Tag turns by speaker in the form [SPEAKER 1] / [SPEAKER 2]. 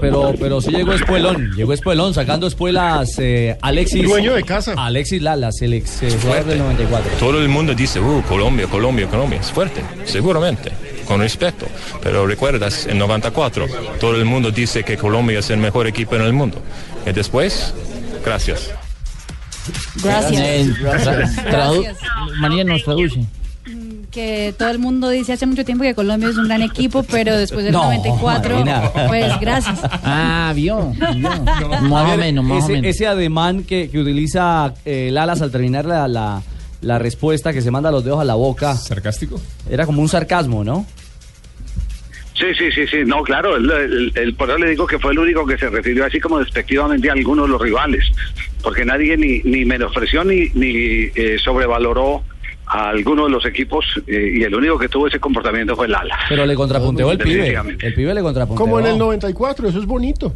[SPEAKER 1] Pero, pero sí llegó Espuelón, llegó Espuelón sacando espuelas eh, Alexis.
[SPEAKER 2] Dueño de casa.
[SPEAKER 1] Alexis Lalas, el ex eh, jugador del 94.
[SPEAKER 3] Todo el mundo dice, uh, Colombia, Colombia, Colombia. Es fuerte, seguramente, con respeto. Pero recuerdas, en 94, todo el mundo dice que Colombia es el mejor equipo en el mundo. Y después, gracias.
[SPEAKER 4] Gracias.
[SPEAKER 5] Eh, tra- tradu- María nos traduce.
[SPEAKER 4] Que todo el mundo dice hace mucho tiempo que Colombia es un gran equipo, pero después del
[SPEAKER 1] No,
[SPEAKER 4] 94,
[SPEAKER 1] Marina.
[SPEAKER 4] pues gracias.
[SPEAKER 5] Ah, vio. vio. Más o
[SPEAKER 1] Javier,
[SPEAKER 5] menos, más o
[SPEAKER 1] ese,
[SPEAKER 5] menos.
[SPEAKER 1] ese ademán que, que utiliza eh, Lalas al terminar la, la, la respuesta que se manda los dedos a la boca,
[SPEAKER 6] ¿Sarcástico?
[SPEAKER 1] era como un sarcasmo, ¿no?
[SPEAKER 7] Sí, sí, sí, sí, no, claro, el, el- el- por eso le digo que fue el único que se refirió así como despectivamente a algunos de los rivales, porque nadie ni, ni menospreció ni, ni eh, sobrevaloró a alguno de los equipos eh, y el único que tuvo ese comportamiento fue Lala.
[SPEAKER 1] Pero le contrapunteó el pibe.
[SPEAKER 7] Definitivamente.
[SPEAKER 1] El pibe le contrapunteó.
[SPEAKER 2] Como en el 94, eso es bonito.